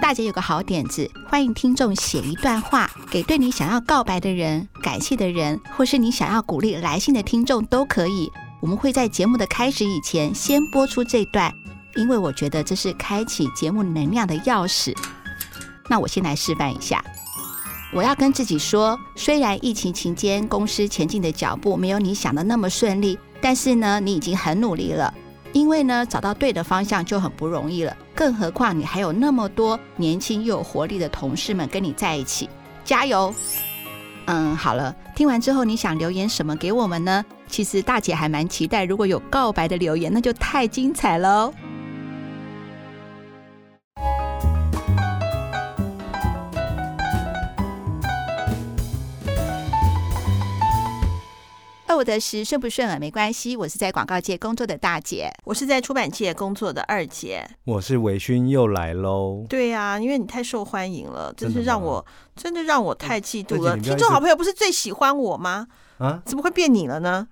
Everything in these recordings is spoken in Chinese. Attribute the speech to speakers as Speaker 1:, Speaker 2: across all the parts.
Speaker 1: 大姐有个好点子，欢迎听众写一段话给对你想要告白的人、感谢的人，或是你想要鼓励来信的听众都可以。我们会在节目的开始以前先播出这段，因为我觉得这是开启节目能量的钥匙。那我先来示范一下。我要跟自己说，虽然疫情期间公司前进的脚步没有你想的那么顺利，但是呢，你已经很努力了。因为呢，找到对的方向就很不容易了，更何况你还有那么多年轻又有活力的同事们跟你在一起，加油！嗯，好了，听完之后你想留言什么给我们呢？其实大姐还蛮期待，如果有告白的留言，那就太精彩哦喽。二五得十，顺不顺耳没关系，我是在广告界工作的大姐。
Speaker 2: 我是在出版界工作的二姐。
Speaker 3: 我是微醺又来喽。
Speaker 2: 对呀、因为你太受欢迎了，真
Speaker 3: 真
Speaker 2: 是
Speaker 3: 的
Speaker 2: 让
Speaker 3: 吗
Speaker 2: 我真的让我太嫉妒了。
Speaker 3: 二姐你不要
Speaker 2: 听
Speaker 3: 一
Speaker 2: 众
Speaker 3: 直
Speaker 2: 好朋友不是最喜欢我吗？
Speaker 3: 啊！
Speaker 2: 怎么会变你了呢？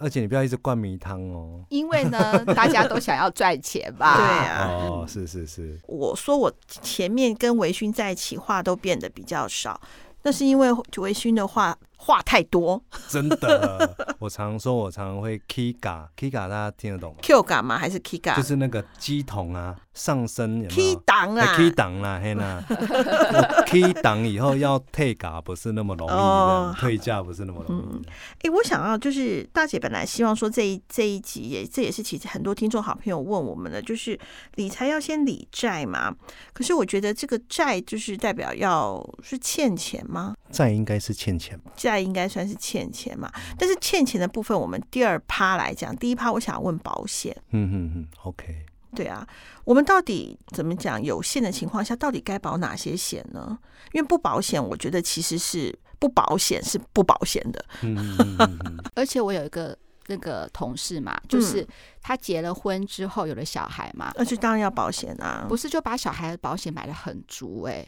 Speaker 3: 而且你不要一直灌迷汤哦。
Speaker 1: 因为呢，大家都想要赚钱吧？
Speaker 2: 对啊，
Speaker 3: 哦，是是是，
Speaker 2: 我说我前面跟维勋在一起话都变得比较少，那是因为维勋的话话太多
Speaker 3: 真的。 我常说，我常会 Kiga，Kiga 大家听得懂吗？
Speaker 2: ，Q 感吗？还是 K 感？
Speaker 3: 就是那个鸡桶啊，上身有
Speaker 2: K
Speaker 3: 没有？
Speaker 2: 档啊
Speaker 3: 哎 key 档啦，嘿啦我，key 档以后要退嘎不是那么容易的
Speaker 2: 哦，
Speaker 3: 退价不是那么容易的。
Speaker 2: 哎、我想要就是大姐本来希望说这一这一集也这也是其实很多听众好朋友问我们的，就是理财要先理债嘛。可是我觉得这个债就是代表要是欠钱吗？
Speaker 3: 债应该是欠钱吧？
Speaker 2: 债应该算是欠钱嘛。但是欠钱的部分，我们第二趴来讲，第一趴我想问保险，
Speaker 3: 嗯嗯嗯，OK。
Speaker 2: 对啊，我们到底怎么讲？有限的情况下，到底该保哪些险呢？因为不保险，我觉得其实是不保险是不保险的。
Speaker 3: 嗯嗯嗯嗯嗯，
Speaker 1: 而且我有一个那个同事嘛，就是他结了婚之后有了小孩嘛，
Speaker 2: 那就当然要保险啊，
Speaker 1: 不是就把小孩的保险买的很足哎、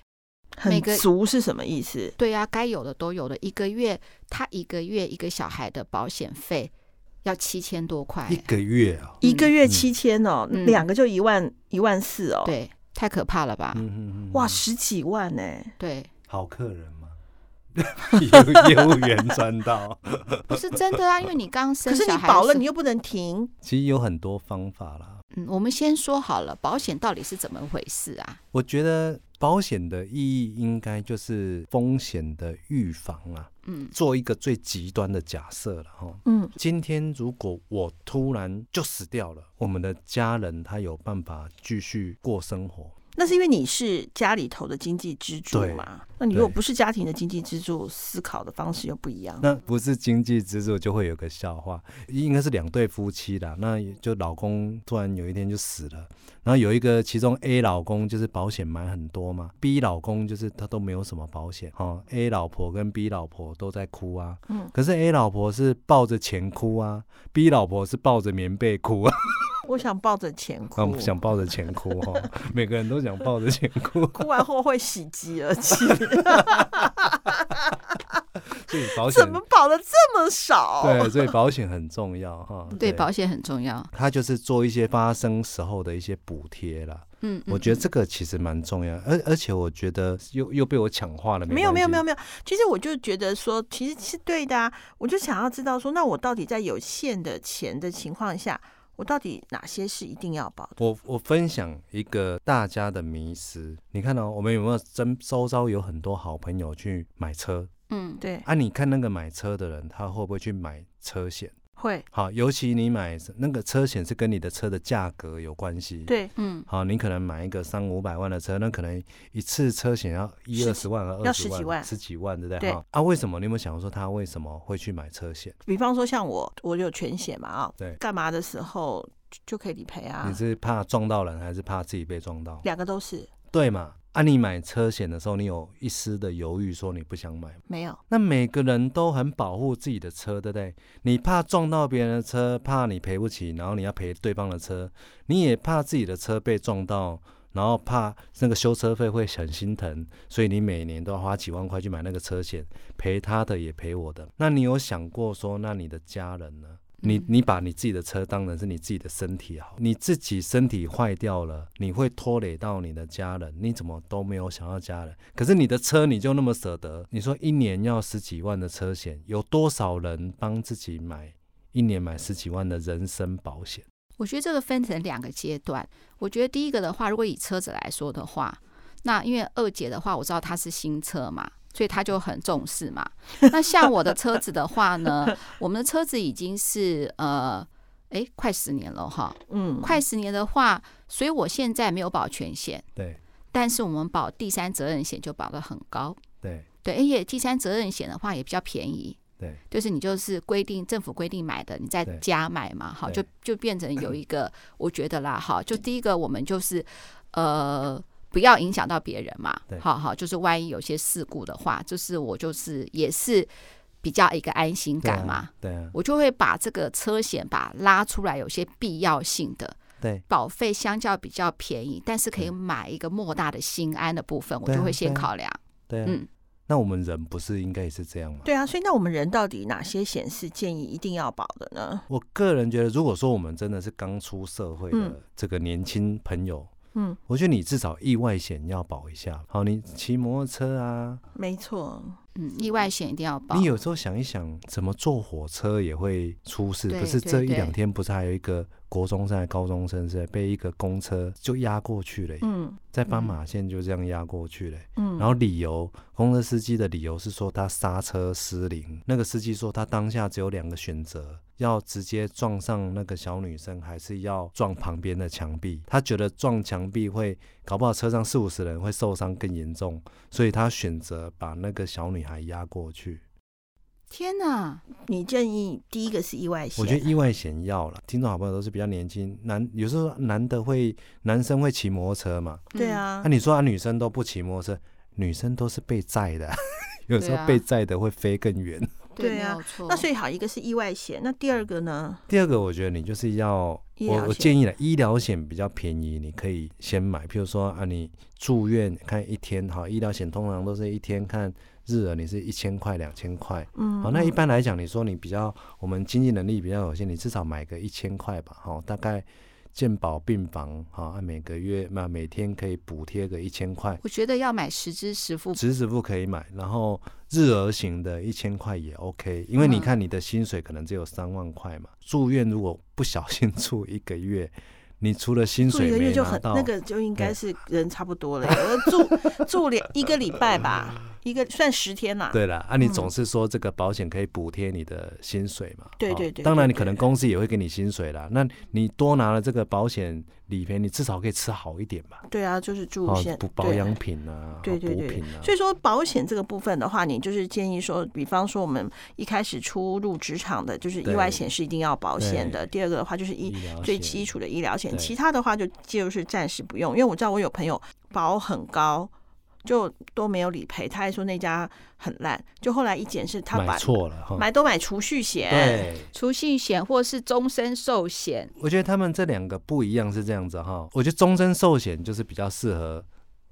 Speaker 1: 每
Speaker 2: 很
Speaker 1: 个嗯
Speaker 2: 足是什么意思？
Speaker 1: 对呀、该有的都有了，一个月他一个月一个小孩的保险费要七千多
Speaker 2: 哎
Speaker 1: 块、
Speaker 3: 一
Speaker 1: 欸，
Speaker 3: 个月啊。
Speaker 2: 一个月
Speaker 3: 嗯
Speaker 2: 七千哦，
Speaker 1: 嗯
Speaker 2: 两个就一万一万四哦，，
Speaker 1: 对，太可怕了吧？
Speaker 3: 嗯嗯嗯，
Speaker 2: 哇，
Speaker 3: 嗯
Speaker 2: 十几万呢、
Speaker 1: 对，
Speaker 3: 好客人吗？ 业业务员赚到，
Speaker 1: 不是真的啊，因为你刚
Speaker 2: 可
Speaker 1: 生
Speaker 2: 是
Speaker 1: 小
Speaker 2: 你
Speaker 1: 孩的
Speaker 2: 保了，
Speaker 1: 时
Speaker 2: 你又不能停，
Speaker 3: 其实有很多方法啦。
Speaker 1: 嗯，我们先说好了，保险到底是怎么回事啊？
Speaker 3: 我觉得保险的意义应该就是风险的预防啊，
Speaker 1: 嗯
Speaker 3: 做一个最极端的假设了哈。
Speaker 2: 嗯，
Speaker 3: 今天如果我突然就死掉了，我们的家人他有办法继续过生活？
Speaker 2: 那是因为你是家里头的经济支柱嘛，那你如果不是家庭的经济支柱，思考的方式又不一样。
Speaker 3: 那不是经济支柱，就会有个笑话，应该是两对夫妻啦。那也就老公突然有一天就死了，然后有一个其中 A 老公就是保险买很多嘛，B 老公就是他都没有什么保险哦。A 老婆跟 B 老婆都在哭啊，
Speaker 2: 嗯
Speaker 3: 可是 A 老婆是抱着钱哭啊，B 老婆是抱着棉被哭啊，
Speaker 2: 我想抱着钱哭，
Speaker 3: 啊想抱着钱哭 哦，每个人都想抱着钱哭，
Speaker 2: 哭完后会喜极而 泣，
Speaker 3: 所以保险
Speaker 2: 怎么保的这么少？
Speaker 3: 对，所以保险很重要哈。
Speaker 1: 对，保险很重要。
Speaker 3: 它就是做一些发生时候的一些补贴啦。
Speaker 1: 嗯，
Speaker 3: 我觉得
Speaker 1: 嗯
Speaker 3: 这个其实蛮重要，而而且我觉得又又被我抢化了，
Speaker 2: 没有没有没有
Speaker 3: 关
Speaker 2: 没有，其实我就觉得说，其实是对的啊。我就想要知道说，那我到底在有限的钱的情况下，我到底哪些是一定要保的？
Speaker 3: 系。我我分享一个大家的迷思，你看哦，我们有没有真周遭有很多好朋友去买车
Speaker 1: 嗯，
Speaker 2: 对，
Speaker 3: 啊？你看那个买车的人，他会不会去买车险？
Speaker 2: 会，
Speaker 3: 好，尤其你买那个车险是跟你的车的价格有关系。，
Speaker 2: 对，
Speaker 1: 嗯
Speaker 3: 好，你可能买一个三五百万的车，那可能一次车险要一
Speaker 2: 十
Speaker 3: 二
Speaker 2: 几
Speaker 3: 十万和
Speaker 2: 要
Speaker 3: 二十
Speaker 2: 十几万
Speaker 3: 十几万，对不
Speaker 2: 对
Speaker 3: 对？哈啊，为什么？你有没有想说他为什么会去买车险？
Speaker 2: 比方说像我，我有全险嘛啊、
Speaker 3: 对
Speaker 2: 干嘛的时候就就可以理赔啊
Speaker 3: 你，是怕撞到人，还是怕自己被撞到？
Speaker 2: 两个都是
Speaker 3: 对嘛？啊，你买车险的时候，你有一丝的犹豫，说你不想买。
Speaker 2: 没有。
Speaker 3: 那每个人都很保护自己的车，对不对？你怕撞到别人的车，怕你赔不起，然后你要赔对方的车，你也怕自己的车被撞到，然后怕那个修车费会很心疼，所以你每年都要花几万块去买那个车险，赔他的也赔我的。那你有想过说，那你的家人呢？你你把你自己的车当成是你自己的身体好，你自己身体坏掉了，你会拖累到你的家人，你怎么都没有想要家人，可是你的车你就那么舍得，你说一年要十几万的车险，有多少人帮自己买一年买十几万的人身保险？
Speaker 1: 我觉得这个分成两个阶段。我觉得第一个的话，如果以车子来说的话，那因为二姐的话，我知道她是新车嘛，所以她就很重视嘛。那像我的车子的话呢，我们的车子已经是呃，诶，快十年了哈，
Speaker 2: 嗯，
Speaker 1: 快十年的话，所以我现在没有保全险，
Speaker 3: 对
Speaker 1: 但是我们保第三责任险就保得很高。
Speaker 3: 对
Speaker 1: 对，而且第三责任险的话也比较便宜，
Speaker 3: 对，啊
Speaker 1: 就是你就是规定政府规定买的，你在
Speaker 3: 对
Speaker 1: 家买嘛，好，就
Speaker 3: 对嗯
Speaker 1: 就变成有一 个，我觉得啦，好，就第一个我们就是呃。不要影响到别人嘛
Speaker 3: 对，
Speaker 1: 好好，就是万一有些事故的话，就是我就是也是比较一个安心
Speaker 3: 对啊
Speaker 1: 感嘛，？
Speaker 3: 对啊，
Speaker 1: 我就会把这个车险把它拉出来，有些必要性的
Speaker 3: 对啊
Speaker 1: 保费相较比较便宜，但是可以
Speaker 3: 对
Speaker 1: 买一个莫大的心安的部分，我
Speaker 3: 对啊
Speaker 1: 就会
Speaker 3: 对
Speaker 1: 先
Speaker 3: 啊
Speaker 1: 考量，
Speaker 3: 对啊。
Speaker 1: 嗯。
Speaker 3: 那我们人不是应该也是这样吗？
Speaker 2: 对啊，所以那我们人到底哪些险是建议一定要保的呢？
Speaker 3: 我个人觉得，如果说我们真的是刚出社会
Speaker 2: 嗯
Speaker 3: 的这个年轻朋友，
Speaker 2: 嗯，
Speaker 3: 我觉得你至少意外险要保一下。好，你骑摩托车啊，
Speaker 2: 没错，
Speaker 1: 嗯，意外险一定要保。
Speaker 3: 你有时候想一想，怎么坐火车也会出事。
Speaker 1: 对
Speaker 3: 不是
Speaker 1: 对
Speaker 3: 这一
Speaker 1: 对
Speaker 3: 两天，不是还有一个国中生、高中生是被一个公车就压过去了耶，
Speaker 2: 嗯
Speaker 3: 在斑马线就这样压过去了耶。
Speaker 2: 嗯，
Speaker 3: 然后理由，公车司机的理由是说他刹车失灵。那个司机说他当下只有两个选择，要直接撞上那个小女生，还是要撞旁边的墙壁。他觉得撞墙壁会搞不好车上四五十人会受伤更严重，所以他选择把那个小女孩压过去。
Speaker 1: 天哪，
Speaker 2: 你建议第一个是啊意外险，
Speaker 3: 我觉得意外险要了，听众好朋友都是比较年轻，男有时候男的会男生会骑摩托车嘛，
Speaker 2: 对
Speaker 1: 嗯，
Speaker 2: 啊
Speaker 3: 那、，你说啊，女生都不骑摩托车，女生都是被载的啊， 有时
Speaker 1: 对
Speaker 3: 候
Speaker 1: 啊
Speaker 3: 被载的会飞更远。
Speaker 1: 对，
Speaker 2: 对啊
Speaker 1: 没有错。
Speaker 2: 那所以好，一个是意外险，那第二个呢？
Speaker 3: 第二个，我觉得你就是要，
Speaker 2: 医疗
Speaker 3: 我我
Speaker 2: 险
Speaker 3: 建议了，医疗险比较便宜，你可以先买。譬如说啊，你住院看一天，好，医疗险通常都是一天看日额，你是一千块、两千块。哦
Speaker 2: 嗯，
Speaker 3: 好，那一般来讲，你说你比较我们经济能力比较有限，你至少买个一千块吧，哈、大概健保病房，哈、啊，每个月那每天可以补贴个一千块，
Speaker 1: 我觉得要买实支实付，
Speaker 3: 直指付可以买，然后日额型的一千块也 OK，因为你
Speaker 1: 嗯
Speaker 3: 看你的薪水可能只有三万块嘛，住院如果不小心住一个月，你除了薪
Speaker 2: 住一
Speaker 3: 水
Speaker 2: 个
Speaker 3: 没
Speaker 2: 月就
Speaker 3: 拿
Speaker 2: 很
Speaker 3: 到，
Speaker 2: 那个就应该是人差不多了，我住住两一个礼拜吧，一个算十天啦。
Speaker 3: 对了啊，你
Speaker 2: 嗯
Speaker 3: 总是说这个保险可以补贴你的薪水嘛？
Speaker 2: 对
Speaker 3: 哦
Speaker 2: 对对
Speaker 3: 当然
Speaker 2: 对
Speaker 3: 你可能
Speaker 2: 对
Speaker 3: 公司也会给你薪水啦，那你多拿了这个保险理赔，你至少可以吃好一点吧？
Speaker 2: 对啊，就是住
Speaker 3: 哦
Speaker 2: 先，
Speaker 3: 补保
Speaker 2: 对
Speaker 3: 养品啊，
Speaker 2: 对
Speaker 3: 哦
Speaker 2: 对
Speaker 3: 补
Speaker 2: 对
Speaker 3: 品啊，
Speaker 2: 所以说保险这个部分的话，你就是建议说，比方说我们一开始初入职场的，就是意
Speaker 3: 对
Speaker 2: 外险是一定要保险的。第二个的话就是医
Speaker 3: 医疗
Speaker 2: 最
Speaker 3: 险
Speaker 2: 基础的医疗险，
Speaker 3: 对
Speaker 2: 其他的话就就是暂时不用，因为我知道我有朋友保很高。就都没有理赔，他还说那家很烂，就后来一检是他把
Speaker 3: 买错了哈，
Speaker 2: 买都买储蓄险，
Speaker 3: 嗯对。
Speaker 1: 除性险或是终身寿险，
Speaker 3: 我觉得他们这两个不一样是这样子哈，我觉得终身寿险就是比较适合。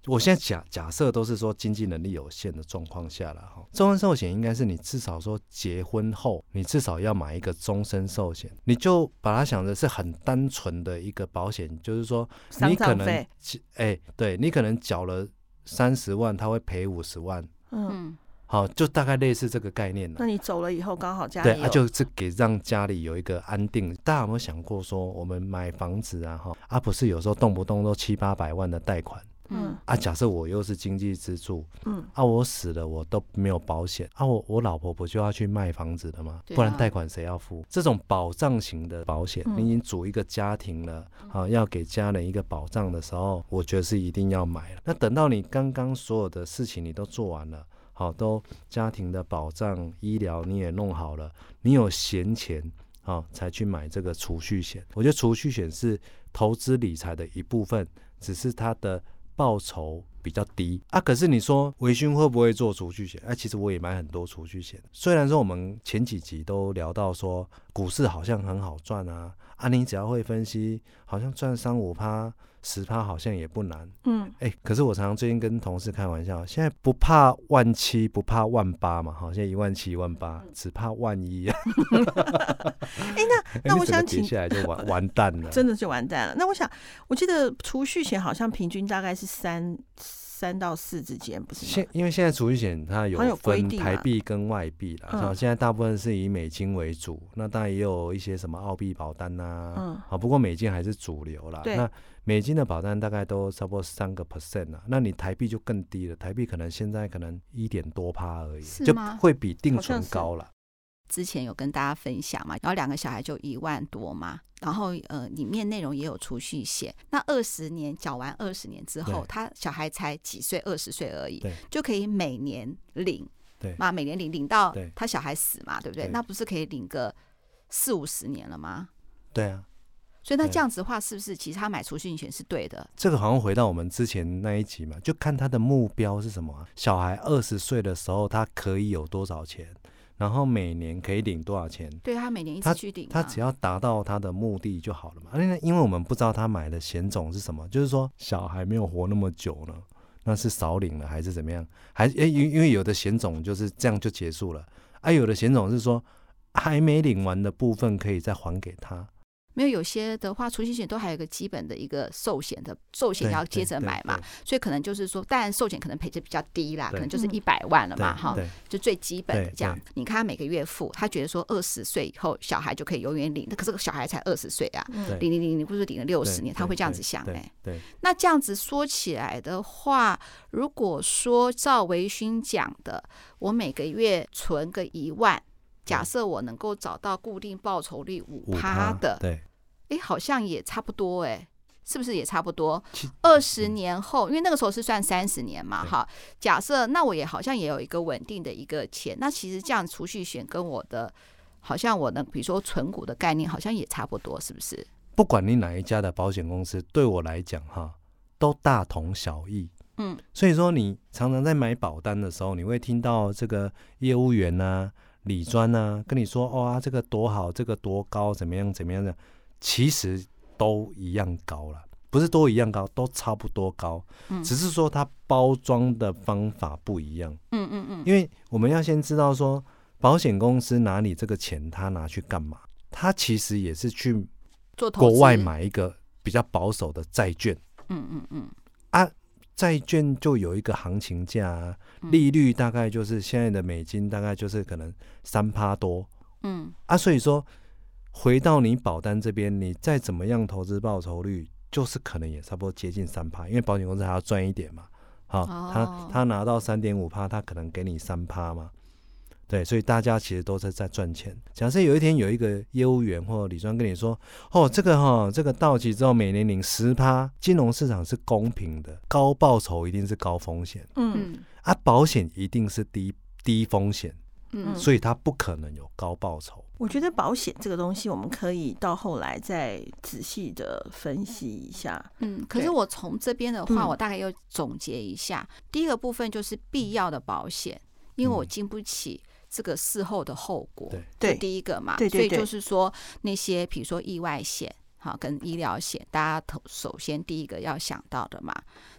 Speaker 3: 我现在假假设都是说经济能力有限的状况下了哈，终身寿险应该是你至少说结婚后，你至少要买一个终身寿险，你就把它想的是很单纯的一个保险，就是说
Speaker 2: 丧
Speaker 3: 你可
Speaker 2: 葬
Speaker 3: 能
Speaker 2: 费，
Speaker 3: 其哎、对你可能缴了三十万，他会赔五十万，
Speaker 2: 嗯，
Speaker 1: 嗯，
Speaker 3: 好，就大概类似这个概念了
Speaker 2: 那。你走了以后刚好家
Speaker 3: 对，
Speaker 2: 里
Speaker 3: 啊，
Speaker 2: 有
Speaker 3: 就是给让家里有一个安定。大家有没有想过说，我们买房子啊，哈，啊不是有时候动不动都七八百万的贷款
Speaker 1: 嗯
Speaker 2: 嗯
Speaker 3: 啊。假设我又是经济支柱
Speaker 2: 嗯，
Speaker 3: 啊，我死了我都没有保险啊，我我老婆不就要去卖房子了吗？
Speaker 1: 对啊
Speaker 3: 不然贷款谁要付？这种保障型的保险，
Speaker 2: 嗯
Speaker 3: 你已经组一个家庭了啊，要给家人一个保障的时候，我觉得是一定要买了。那等到你刚刚所有的事情你都做完了。好，都家庭的保障、医疗你也弄好了，你有闲钱啊、好才去买这个储蓄险。我觉得储蓄险是投资理财的一部分，只是它的报酬比较低啊。可是你说维勋会不会啊做储蓄险？哎、其实我也买很多储蓄险。虽然说我们前几集都聊到说股市好像很好赚啊，啊，你只要会分析，好像赚三五趴、十趴好像也不难。
Speaker 2: 嗯，
Speaker 3: 哎、可是我常常最近跟同事开玩笑，现在不怕万七，不怕万八嘛，好，现在一万七、一万八，只怕万一啊。
Speaker 2: 哎，那那
Speaker 3: 你
Speaker 2: 我
Speaker 3: 整个
Speaker 2: 想
Speaker 3: 跌
Speaker 2: 请
Speaker 3: 下来就完完蛋了。
Speaker 2: 真的就完蛋了。那我想，我记得储蓄险好像平均大概是三三到四之间，不是
Speaker 3: 现
Speaker 2: 吗？
Speaker 3: 因为现在储蓄险它有
Speaker 2: 好像有规
Speaker 3: 分
Speaker 2: 定
Speaker 3: 台
Speaker 2: 嘛
Speaker 3: 币跟外币啦，
Speaker 2: 嗯
Speaker 3: 像现在大部分是以美金为主，那当然也有一些什么澳币保单呐、
Speaker 2: 嗯
Speaker 3: 好，不过美金还是主流啦。
Speaker 2: 对
Speaker 3: 那美金的保单大概都差不多三个 percent 啦，那你台币就更低了，台币可能现在可能一点多趴而已，
Speaker 1: 是
Speaker 3: 就
Speaker 1: 吗
Speaker 3: 会比定
Speaker 2: 好像
Speaker 3: 存
Speaker 2: 是
Speaker 3: 高了。
Speaker 1: 之前有跟大家分享嘛，然后两个小孩就一万多嘛，然后呃里面内容也有储蓄险，那二十年缴完二十年之后
Speaker 3: 对，
Speaker 1: 他小孩才几岁，二十岁而已
Speaker 3: 对，
Speaker 1: 就可以每年领，
Speaker 3: 对
Speaker 1: 嘛每年领领到
Speaker 3: 对
Speaker 1: 他小孩死嘛，对不对？
Speaker 3: 对
Speaker 1: 那不是可以领个四五十年了吗？
Speaker 3: 对啊，
Speaker 1: 所以那
Speaker 3: 对
Speaker 1: 这样子的话，是不是其实他买储蓄险是对的？
Speaker 3: 这个好像回到我们之前那一集嘛，就看他的目标是什么啊、小孩二十岁的时候，他可以有多少钱，然后每年可以领多少钱。
Speaker 1: 对他每年一
Speaker 3: 他
Speaker 1: 直去领、啊
Speaker 3: 他只要达到他的目的就好了嘛。哎因为因为我们不知道他买的险种是什么，就是说小孩没有活那么久呢，那是少领了还是怎么样？还诶因因为有的险种就是这样就结束了，啊，有的险种是说还没领完的部分可以再还给他。
Speaker 1: 没有有些的话，储蓄险都还有一个基本的一个寿险的，寿险
Speaker 3: 对
Speaker 1: 也要接着买嘛，，所以可能就是说，当然寿险可能赔的比较低啦，
Speaker 3: 对
Speaker 1: 可能就是
Speaker 2: 嗯
Speaker 1: 一百万了
Speaker 3: 对
Speaker 1: 嘛，哈，
Speaker 3: 对
Speaker 1: 就最基本的
Speaker 3: 对
Speaker 1: 这样
Speaker 3: 对。
Speaker 1: 你看他每个月付，他觉得说二十岁以后小孩就可以永远领，那可是个小孩才二十岁啊，
Speaker 3: 对
Speaker 2: 嗯，
Speaker 1: 零零零零不是领了六十年，
Speaker 3: 对
Speaker 1: 他会
Speaker 3: 对
Speaker 1: 这样
Speaker 3: 对
Speaker 1: 子想哎、
Speaker 3: 对对
Speaker 1: 那这样子说起来的话，如果说照维勋讲的，我每个月存个一万，假设我能够找到固定报酬率五趴
Speaker 3: 趴
Speaker 1: 的，
Speaker 3: 对
Speaker 1: 诶，好像也差不多诶，是不是也差不多
Speaker 3: 其？嗯
Speaker 1: 二十年后，因为那个时候是算三十年嘛，
Speaker 3: 对
Speaker 1: 哈。假设那我也好像也有一个稳定的一个钱，那其实这样储蓄险跟我的，好像我能比如说存股的概念，好像也差不多，是不是？
Speaker 3: 不管你哪一家的保险公司，对我来讲哈，都大同小异。
Speaker 1: 嗯，
Speaker 3: 所以说你常常在买保单的时候，你会听到这个业务员呐、理专呐、跟你说，哦啊，这个多好，这个多高，怎么样怎么样的，其实都一样高了，不是都一样高，都差不多高，
Speaker 1: 嗯
Speaker 3: 只是说它包装的方法不一样。
Speaker 1: 嗯嗯嗯，
Speaker 3: 因为我们要先知道说，保险公司拿你这个钱，他拿去干嘛？他其实也是去
Speaker 1: 做投资
Speaker 3: 国外，买一个比较保守的债券，
Speaker 1: 嗯嗯嗯，
Speaker 3: 债券就有一个行情价、啊，
Speaker 1: 嗯
Speaker 3: 利率大概就是现在的美金大概就是可能三趴多
Speaker 1: 嗯。
Speaker 3: 啊，所以说回到你保单这边，你再怎么样投资报酬率，就是可能也差不多接近三趴，因为保险公司还要赚一点嘛，好、
Speaker 1: 哦
Speaker 3: 他他拿到三点五趴，他可能给你三趴嘛。对，所以大家其实都是在赚钱。假设有一天有一个业务员或理专跟你说：“哦，这个哈、这个到期之后每年领十趴，金融市场是公平的，高报酬一定是高风险
Speaker 2: 嗯
Speaker 1: 嗯
Speaker 3: 啊，保险一定是低低风险，
Speaker 1: 嗯，
Speaker 3: 所以它不可能有高报酬。
Speaker 2: 我觉得保险这个东西，我们可以到后来再仔细的分析一下。
Speaker 1: 嗯，可是
Speaker 2: 对
Speaker 1: 我从这边的话，
Speaker 2: 嗯
Speaker 1: 我大概又总结一下，第一个部分就是必要的保险，因为我
Speaker 3: 嗯
Speaker 1: 经不起这个事后的后果，
Speaker 3: 对
Speaker 1: 这
Speaker 2: 对
Speaker 1: 第一个嘛，
Speaker 2: 对对
Speaker 1: 所以
Speaker 2: 对
Speaker 1: 就是说那些比如说意外险。好，跟医疗险，大家头首先第一个要想到的嘛。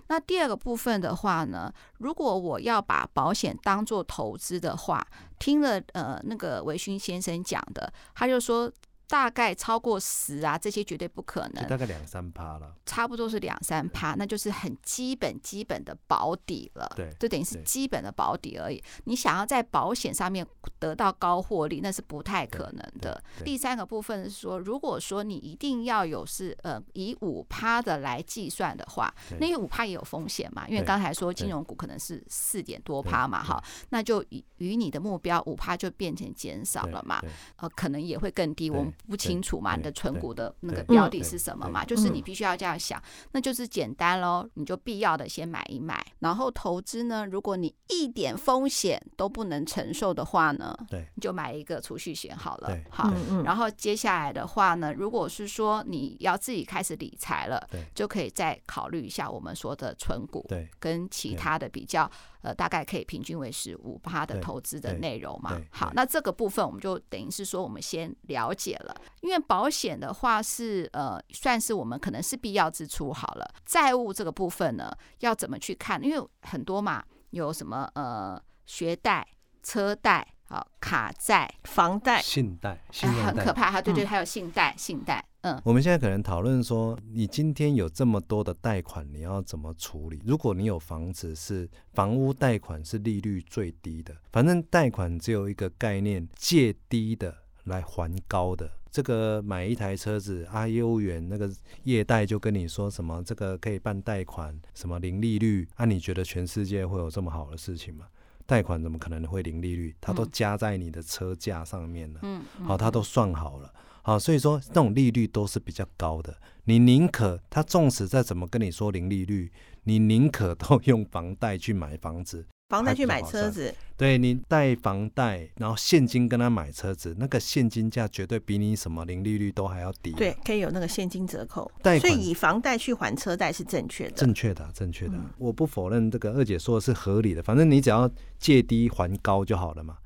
Speaker 1: 那第二个部分的话呢，如果我要把保险当做投资的话，听了呃那个维勋先生讲的，他就说大概超过十啊，这些绝对不可能
Speaker 3: 就。大概两三趴了。
Speaker 1: 差不多是两三趴，那就是很基本基本的保底了。
Speaker 3: 对
Speaker 1: 就等于是
Speaker 3: 对
Speaker 1: 基本的保底而已。你想要在保险上面得到高获利，那是不太可能的。
Speaker 3: 对对
Speaker 1: 第三个部分是说，如果说你一定要有是呃以五趴的来计算的话，
Speaker 3: 对
Speaker 1: 那五趴也有风险嘛，因为
Speaker 3: 对
Speaker 1: 刚才说金
Speaker 3: 对
Speaker 1: 融股可能是四点多
Speaker 3: 对
Speaker 1: 趴嘛，
Speaker 3: 对
Speaker 1: 哈，那就与与你的目标五趴就变成减少
Speaker 3: 对
Speaker 1: 了嘛。
Speaker 3: 对
Speaker 1: 呃，可能也会更低，我们
Speaker 3: 对
Speaker 1: 不清楚嘛，
Speaker 3: 对
Speaker 1: 你的存
Speaker 3: 对
Speaker 1: 股的那个
Speaker 3: 对
Speaker 1: 标
Speaker 3: 对
Speaker 1: 的是什么
Speaker 3: 对
Speaker 1: 嘛，就是你
Speaker 2: 嗯
Speaker 1: 必须要这样想，那就是简单喽，你就必要的先买一买，然后投资呢，如果你一点风险都不能承受的话呢，
Speaker 3: 对
Speaker 1: 你就买一个储蓄险好了
Speaker 3: 对，
Speaker 1: 好。
Speaker 2: 嗯嗯，
Speaker 1: 然后接下来的话呢，如果是说你要自己开始理财了
Speaker 3: 对，
Speaker 1: 就可以再考虑一下我们说的存股
Speaker 3: 对
Speaker 1: 跟其
Speaker 3: 对
Speaker 1: 他的比较呃，大概可以平均为十五趴的
Speaker 3: 对
Speaker 1: 投资的
Speaker 3: 对
Speaker 1: 内容嘛
Speaker 3: 对。
Speaker 1: 好
Speaker 3: 对，
Speaker 1: 那这个部分我们就等于是说我们先了解了，因为保险的话是呃算是我们可能是必要支出好了。债务这个部分呢，要怎么去看？因为很多嘛，有什么呃学贷、车贷、好、卡债，
Speaker 2: 房贷
Speaker 3: 信贷、信
Speaker 1: 哎
Speaker 3: 用
Speaker 1: 很
Speaker 3: 贷
Speaker 1: 可。怕。还对对，
Speaker 2: 嗯
Speaker 1: 还有信贷，信贷，嗯，
Speaker 3: 我们现在可能讨论说，你今天有这么多的贷款，你要怎么处理？如果你有房子是房屋贷款是利率最低的，反正贷款只有一个概念，借低的来还高的。这个买一台车子啊，业务员那个业贷就跟你说什么这个可以办贷款，什么零利率啊？你觉得全世界会有这么好的事情吗？贷款怎么可能会零利率？它都
Speaker 1: 嗯
Speaker 3: 加在你的车价上面了。
Speaker 1: 嗯，嗯
Speaker 3: 好，它都算好了。好，所以说那种利率都是比较高的。你宁可他纵使再怎么跟你说零利率，你宁可都用房贷去买房子。
Speaker 2: 房贷
Speaker 3: 还
Speaker 2: 去
Speaker 3: 比较
Speaker 2: 买
Speaker 3: 划
Speaker 2: 车
Speaker 3: 算
Speaker 2: 子，
Speaker 3: 对你贷房贷，然后现金跟他买车子，那个现金价绝对比你什么零利率都还要低。啊
Speaker 2: 对，，可以有那个现金折扣，
Speaker 3: 贷
Speaker 2: 所
Speaker 3: 款
Speaker 2: 以以房贷去还车贷是正确的。
Speaker 3: 正确的啊，正确的啊。我不否认这个二姐说的是合理的，反正你只要借低还高就好了嘛。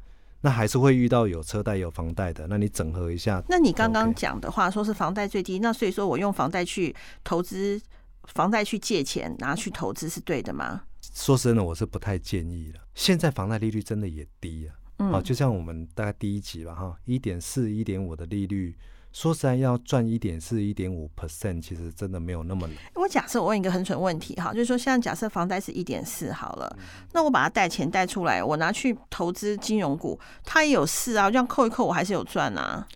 Speaker 3: 那还是会遇到有车贷有房贷的，那你整合一下，
Speaker 2: 那你刚刚
Speaker 3: OK
Speaker 2: 讲的话，说是房贷最低，那所以说我用房贷去投资，房贷去借钱，然后去投资是对的吗？
Speaker 3: 说真的，我是不太建议了。现在房贷利率真的也低啊。
Speaker 2: 嗯，
Speaker 3: 好、就像我们大概第一集吧，哈，一点四、一点五的利率，说实在要赚一点四、一点五 percent，其实真的没有那么难。
Speaker 2: 我假设我问一个很蠢问题哈，就是说，像假设房贷是一点四好了，
Speaker 3: 嗯
Speaker 2: 那我把它贷钱贷出来，我拿去投资金融股，它也有四啊，这样扣一扣，我还是有赚啊。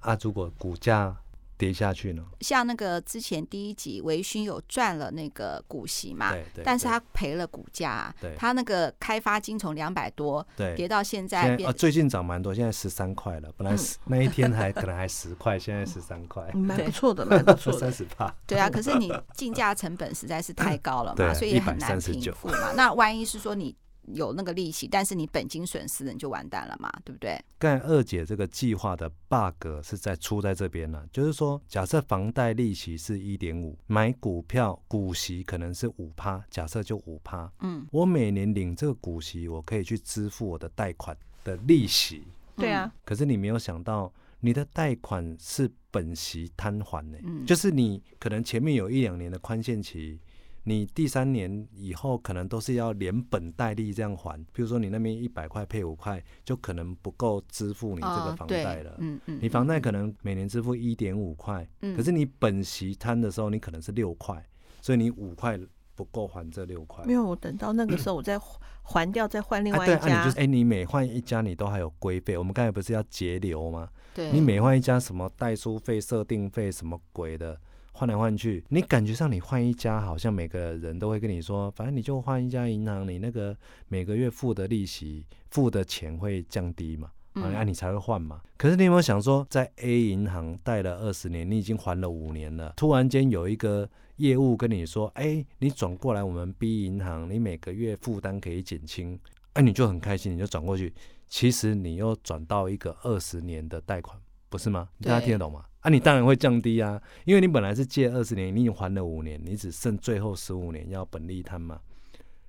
Speaker 3: 啊，如果股价跌下去呢？
Speaker 1: 像那个之前第一集微醺有赚了那个股息嘛，
Speaker 3: 对对
Speaker 1: 啊但是
Speaker 3: 对
Speaker 1: 他赔了股价、啊
Speaker 3: 对，
Speaker 1: 他那个开发金从两百多
Speaker 3: 对，
Speaker 1: 跌到现在
Speaker 3: 现在
Speaker 1: 变嗯
Speaker 3: 啊，最近涨蛮多，现在十三块了，本来十、那一天还可能还十块，现在十三块，
Speaker 2: 蛮
Speaker 1: 对
Speaker 2: 不错的，蛮不错的
Speaker 3: 三。十八。
Speaker 1: 对啊，可是你竞价成本实在是太高了
Speaker 3: 对
Speaker 1: 嘛，
Speaker 3: 啊
Speaker 1: 所以也很难
Speaker 3: 139
Speaker 1: 平复嘛。那万一是说你有那个利息，但是你本金损失了，你就完蛋了嘛，对不对？
Speaker 3: 刚才二姐这个计划的 bug 是在出在这边呢、就是说，假设房贷利息是一点五，买股票股息可能是五趴，假设就五趴，
Speaker 1: 嗯，
Speaker 3: 我每年领这个股息，我可以去支付我的贷款的利息。
Speaker 2: 对啊，
Speaker 3: 可是你没有想到，你的贷款是本息摊还呢、
Speaker 1: 嗯
Speaker 3: 就是你可能前面有一两年的宽限期，你第三年以后可能都是要连本带利这样还。比如说你那边一百块配五块，就可能不够支付你这个
Speaker 1: 哦
Speaker 3: 房
Speaker 1: 对
Speaker 3: 贷了。
Speaker 1: 嗯嗯，
Speaker 3: 你房贷可能每年支付一点五块，
Speaker 1: 嗯，
Speaker 3: 可是你本息摊的时候，你可能是六块，所以你五块不够还这六块。
Speaker 2: 没有，我等到那个时候我再还还掉，再换另
Speaker 3: 啊，
Speaker 2: 外
Speaker 3: 对
Speaker 2: 一
Speaker 3: 啊，你
Speaker 2: 家
Speaker 3: 就是。哎、你每换一家你都还有规费。我们刚才不是要节流吗？
Speaker 1: 对
Speaker 3: 你每换一家什么代书费、设定费什么鬼的，换来换去，你感觉上你换一家，好像每个人都会跟你说，反正你就换一家银行，你那个每个月付的利息、付的钱会降低嘛。啊，
Speaker 1: 嗯
Speaker 3: 那你才会换嘛。可是你有没有想说，在 A 银行贷了二十年，你已经还了五年了，突然间有一个业务跟你说，哎、你转过来我们 B 银行，你每个月负担可以减轻，哎、你就很开心，你就转过去。其实你又转到一个二十年的贷款，不是吗？
Speaker 1: 对
Speaker 3: 大家听得懂吗？啊，你当然会降低啊，因为你本来是借二十年，你已经还了五年，你只剩最后十五年要本利摊嘛。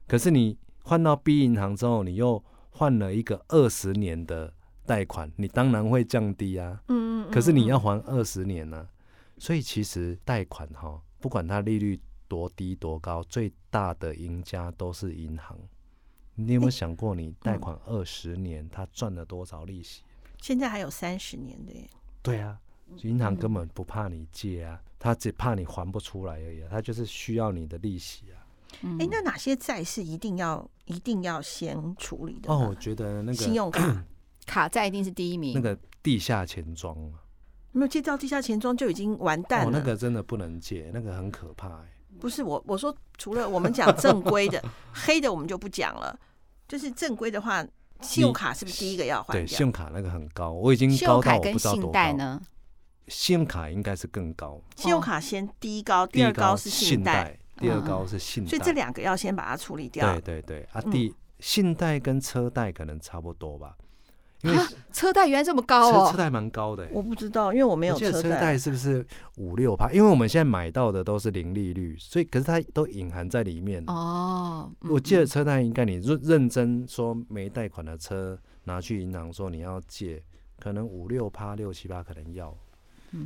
Speaker 3: 可是你换到 B 银行之后，你又换了一个二十年的贷款，你当然会降低啊。
Speaker 2: 嗯嗯嗯
Speaker 3: 可是你要
Speaker 2: 嗯
Speaker 3: 还二十年呢、所以其实贷款哈、不管它利率多低多高，最大的赢家都是银行。你有没有想过，你贷款二十年，它赚了多少利息？啊
Speaker 2: 现在还有三十年的耶，
Speaker 3: 对啊，银行根本不怕你借啊，它只怕你还不出来而已、啊，它就是需要你的利息啊。
Speaker 1: 嗯
Speaker 2: 哎，那哪些债是一定要一定要先处理的呢？
Speaker 3: 哦，我觉得那
Speaker 2: 啊信
Speaker 3: 个
Speaker 2: 用卡
Speaker 1: 卡债一定是第一名，
Speaker 3: 那个地下钱庄啊，
Speaker 2: 没有借到地下钱庄就已经完蛋
Speaker 3: 哦，
Speaker 2: 了。
Speaker 3: 那个真的不能借，那个很可怕、欸。
Speaker 2: 不是我，我说除了我们讲正规 的，黑的我们就不讲了。就是正规的话，信用卡是不是第一个要还
Speaker 3: 对，
Speaker 2: 掉
Speaker 3: 信？用卡那个很高，我已经
Speaker 1: 信
Speaker 3: 高
Speaker 1: 用
Speaker 3: 到
Speaker 1: 卡
Speaker 3: 我
Speaker 1: 跟
Speaker 3: 不知道
Speaker 1: 信
Speaker 3: 多
Speaker 1: 贷
Speaker 3: 高。
Speaker 1: 呢？
Speaker 3: 信用卡应该是更高，
Speaker 2: 信用卡先第一高，
Speaker 3: 第
Speaker 2: 第
Speaker 3: 一
Speaker 2: 二高是
Speaker 3: 是
Speaker 2: 信
Speaker 3: 信
Speaker 2: 贷，
Speaker 3: 贷，哦第二
Speaker 1: 嗯
Speaker 3: 高是信贷，
Speaker 2: 所以这两嗯个要先把它处理掉。
Speaker 3: 对对对啊，第信贷跟车贷可能差不多吧，因为
Speaker 1: 车贷原来这么高
Speaker 3: 车
Speaker 1: 哦，
Speaker 3: 车贷蛮高的、欸。
Speaker 2: 哦我不知道，因为我没有
Speaker 3: 我记得车
Speaker 2: 贷。
Speaker 3: 贷是不是五六趴？因为我们现在买到的都是零利率，所以可是它都隐含在里面。
Speaker 1: 哦，嗯
Speaker 3: 我记得车贷应该你认认真说没贷款的车拿去银行说你要借，可能五六趴、六七趴可能
Speaker 1: 嗯
Speaker 3: 要。
Speaker 2: 哦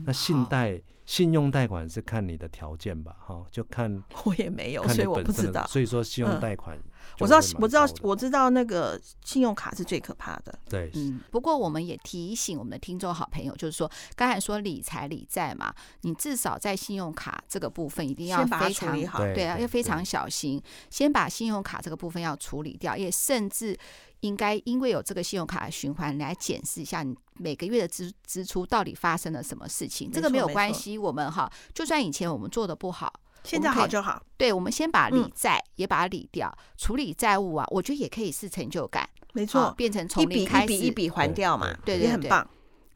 Speaker 3: 那信
Speaker 1: 好
Speaker 3: 贷、信用贷款是看你的条件吧，哈、就看
Speaker 2: 我也没有，
Speaker 3: 看
Speaker 2: 所
Speaker 3: 你
Speaker 2: 以我
Speaker 3: 本
Speaker 2: 不
Speaker 3: 身
Speaker 2: 知
Speaker 3: 的
Speaker 2: 道。
Speaker 3: 所以说信用
Speaker 2: 嗯
Speaker 3: 贷款
Speaker 2: 我
Speaker 3: 就
Speaker 2: 知道
Speaker 3: 会蛮，
Speaker 2: 我知道
Speaker 3: 高，的
Speaker 2: 我知道那个信用卡是最可怕的。
Speaker 3: 对，
Speaker 1: 嗯，不过我们也提醒我们的听众好朋友，就是说，刚才说理财理债嘛，你至少在信用卡这个部分一定要
Speaker 2: 先把它
Speaker 1: 非
Speaker 2: 处
Speaker 1: 常
Speaker 2: 理好。
Speaker 3: 对
Speaker 1: 对啊，要非常小心，先把信用卡这个部分要处理掉，也甚至应该因为有这个信用卡的循环来检视一下你每个月的支支出到底发生了什么事情。这个
Speaker 2: 没
Speaker 1: 没
Speaker 2: 错
Speaker 1: 有
Speaker 2: 没
Speaker 1: 关
Speaker 2: 错
Speaker 1: 系，我们哈，就算以前我们做的不好，
Speaker 2: 现在
Speaker 1: 我们可以
Speaker 2: 好就好，
Speaker 1: 对，我们先把理
Speaker 2: 嗯
Speaker 1: 债也把它理掉，处理债务啊，我觉得也可以是成就感，
Speaker 2: 没
Speaker 1: 啊
Speaker 2: 错，，
Speaker 1: 变成
Speaker 2: 一
Speaker 1: 从
Speaker 2: 笔
Speaker 1: 零
Speaker 2: 一
Speaker 1: 开始
Speaker 2: 笔一笔还掉嘛，
Speaker 1: 对对
Speaker 2: 也很
Speaker 1: 对
Speaker 2: 棒。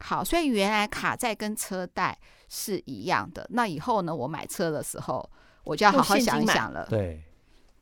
Speaker 1: 好，所以原来卡债跟车贷是一样的。那以后呢，我买车的时候，我就要好好
Speaker 2: 用现
Speaker 1: 想
Speaker 2: 金
Speaker 1: 一
Speaker 2: 买
Speaker 1: 想了。
Speaker 3: 对，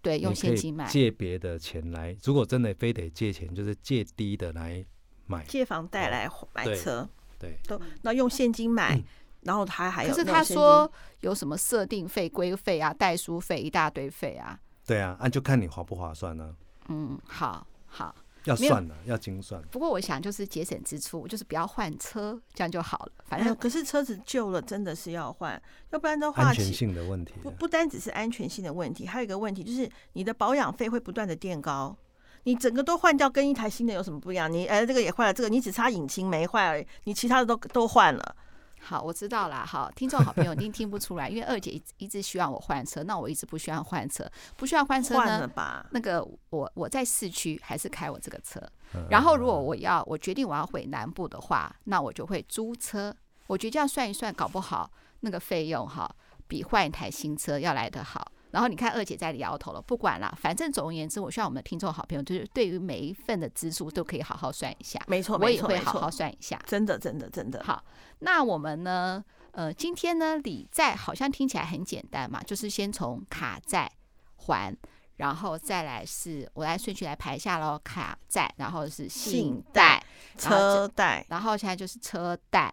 Speaker 1: 对，用
Speaker 3: 你可
Speaker 1: 现
Speaker 3: 以
Speaker 1: 金买。
Speaker 3: 借别的钱来。如果真的非得借钱，就是借低的来买。
Speaker 2: 借房贷来买
Speaker 3: 对
Speaker 2: 车，
Speaker 3: 对，
Speaker 2: 都那用现金买，
Speaker 3: 嗯
Speaker 2: 然后他还有
Speaker 1: 嗯可是
Speaker 2: 那种
Speaker 1: 他
Speaker 2: 现金
Speaker 1: 说有什么设定费、规费啊、代书费一大堆费啊。
Speaker 3: 对啊，那、就看你划不划算呢、
Speaker 1: 嗯，好好。
Speaker 3: 要
Speaker 1: 没有
Speaker 3: 算了，要精算。
Speaker 1: 不过我想就是节省支出，就是不要换车，这样就好了。反
Speaker 2: 哎呦
Speaker 1: 正
Speaker 2: 可是车子旧了真的是要换，要不然的话
Speaker 3: 安全
Speaker 2: 其
Speaker 3: 性的问题啊、
Speaker 2: 不不单只是安全性的问题，还有一个问题就是你的保养费会不断的垫高。你整个都换掉，跟一台新的有什么不一样？你哎，这个也坏了，这个你只差引擎没坏而已，你其他的都都换了。
Speaker 1: 好，我知道啦。好，听众好朋友一定听不出来，因为二姐一直一直希望我换车，那我一直不希望换车，不希望换车
Speaker 2: 换
Speaker 1: 呢
Speaker 2: 了，吧，
Speaker 1: 那个我我在市区还是开我这个车，
Speaker 3: 嗯
Speaker 1: 然后如果我要我决定我要回南部的话，那我就会租车。我觉得这样算一算，搞不好那个费用哈，比换一台新车要来得好。然后你看二姐在里摇头了，不管啦，反正总而言之，我希望我们的听众好朋友就是对于每一份的支出都可以好好算一下，
Speaker 2: 没错，
Speaker 1: 我
Speaker 2: 没
Speaker 1: 也
Speaker 2: 错，
Speaker 1: 会
Speaker 2: 没
Speaker 1: 好好
Speaker 2: 错，
Speaker 1: 算一下。
Speaker 2: 真的，真的，真的，
Speaker 1: 好，那我们呢？呃，今天呢，理债好像听起来很简单嘛，就是先从卡债还，然后再来是我来顺序来排一下喽，卡债，然后是信
Speaker 2: 信
Speaker 1: 贷，然后
Speaker 2: 车贷
Speaker 1: 然后现在就是车贷，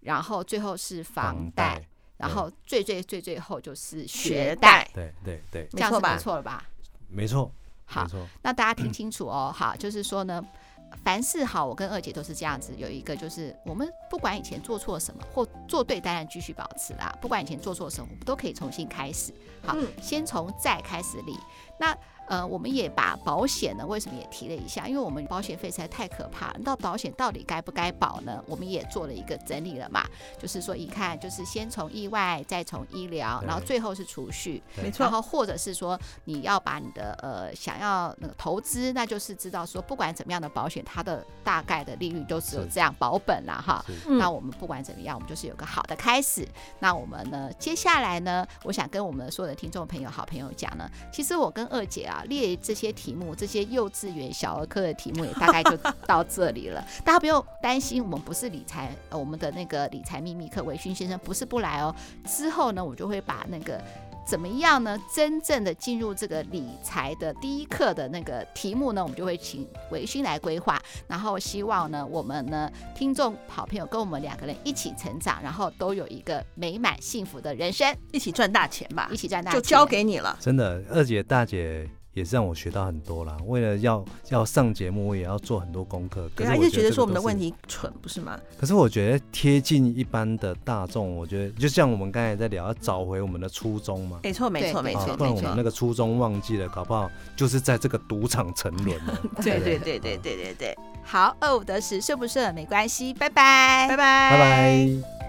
Speaker 1: 然后最后是房
Speaker 3: 房
Speaker 1: 贷，
Speaker 3: 贷，
Speaker 1: 然
Speaker 3: 对
Speaker 1: 后最最最最后就是
Speaker 2: 学
Speaker 1: 学
Speaker 2: 贷，，
Speaker 3: 对对对，
Speaker 1: 这
Speaker 2: 没
Speaker 1: 样
Speaker 2: 错
Speaker 1: 是没
Speaker 2: 吧？
Speaker 1: 错了吧？
Speaker 3: 没错，
Speaker 1: 好
Speaker 3: 没，错，
Speaker 1: 那大家听清楚哦，好，就是说呢，凡事好，我跟二姐都是这样子，有一个就是我们不管以前做错什么或做对，当然继续保持啦，不管以前做错什么，我们都可以重新开始。好，
Speaker 2: 嗯
Speaker 1: 先从再开始理。那呃，我们也把保险呢，为什么也提了一下？因为我们保险费实在太可怕了，那保险到底该不该保呢？我们也做了一个整理了嘛，就是说一看，就是先从意外，再从医疗，
Speaker 3: 对
Speaker 1: 然后最后是储蓄。
Speaker 3: 对
Speaker 2: 没错
Speaker 1: 然，后或者是说你要把你的呃想要那个投资，那就是知道说不管怎么样的保险，它的大概的利率都只有
Speaker 3: 是
Speaker 1: 这样保本啦哈。
Speaker 3: 是
Speaker 2: 嗯
Speaker 1: 那我们不管怎么样，我们就是有个好的开始。那我们呢，接下来呢，我想跟我们所有的听众朋友、好朋友讲呢，其实我跟二姐啊列这些题目，这些幼稚园小儿科的题目也大概就到这里了。 大家不用担心，我们不是理财，呃，我们的那个理财秘密课，维勋先生不是不来哦。之后呢，我就会把那个。怎么样呢？真正的进入这个理财的第一课的那个题目呢，我们就会请维勋来规划。然后希望呢，我们呢，听众好朋友跟我们两个人一起成长，然后都有一个美满幸福的人生，
Speaker 2: 一起赚大钱吧
Speaker 1: 一，起赚大
Speaker 2: 啊就
Speaker 1: 钱。
Speaker 2: 交给你了。
Speaker 3: 真的，二姐大姐也是让我学到很多啦。为了要要上节目，我也要做很多功课。可
Speaker 2: 对
Speaker 3: 是
Speaker 2: 啊，
Speaker 3: 我
Speaker 2: 一直觉
Speaker 3: 这
Speaker 2: 得
Speaker 3: 个
Speaker 2: 说我们的
Speaker 3: 都是
Speaker 2: 问，题蠢，不是吗？
Speaker 3: 可是我觉得贴近一般的大众，我觉得就像我们刚才在聊，要找回我们的初衷嘛。
Speaker 2: 没错，没错，
Speaker 1: 对
Speaker 2: 没
Speaker 3: 啊
Speaker 2: 错，
Speaker 3: 不然
Speaker 2: 没
Speaker 3: 我们
Speaker 2: 错
Speaker 3: 那。个初衷忘记了，搞不好就是在这个赌场沉沦 了。
Speaker 2: 对
Speaker 3: 不
Speaker 2: 对对对对对对，
Speaker 1: 好，二五得十，顺不顺没关系，拜拜，
Speaker 2: 拜拜，
Speaker 3: 拜拜。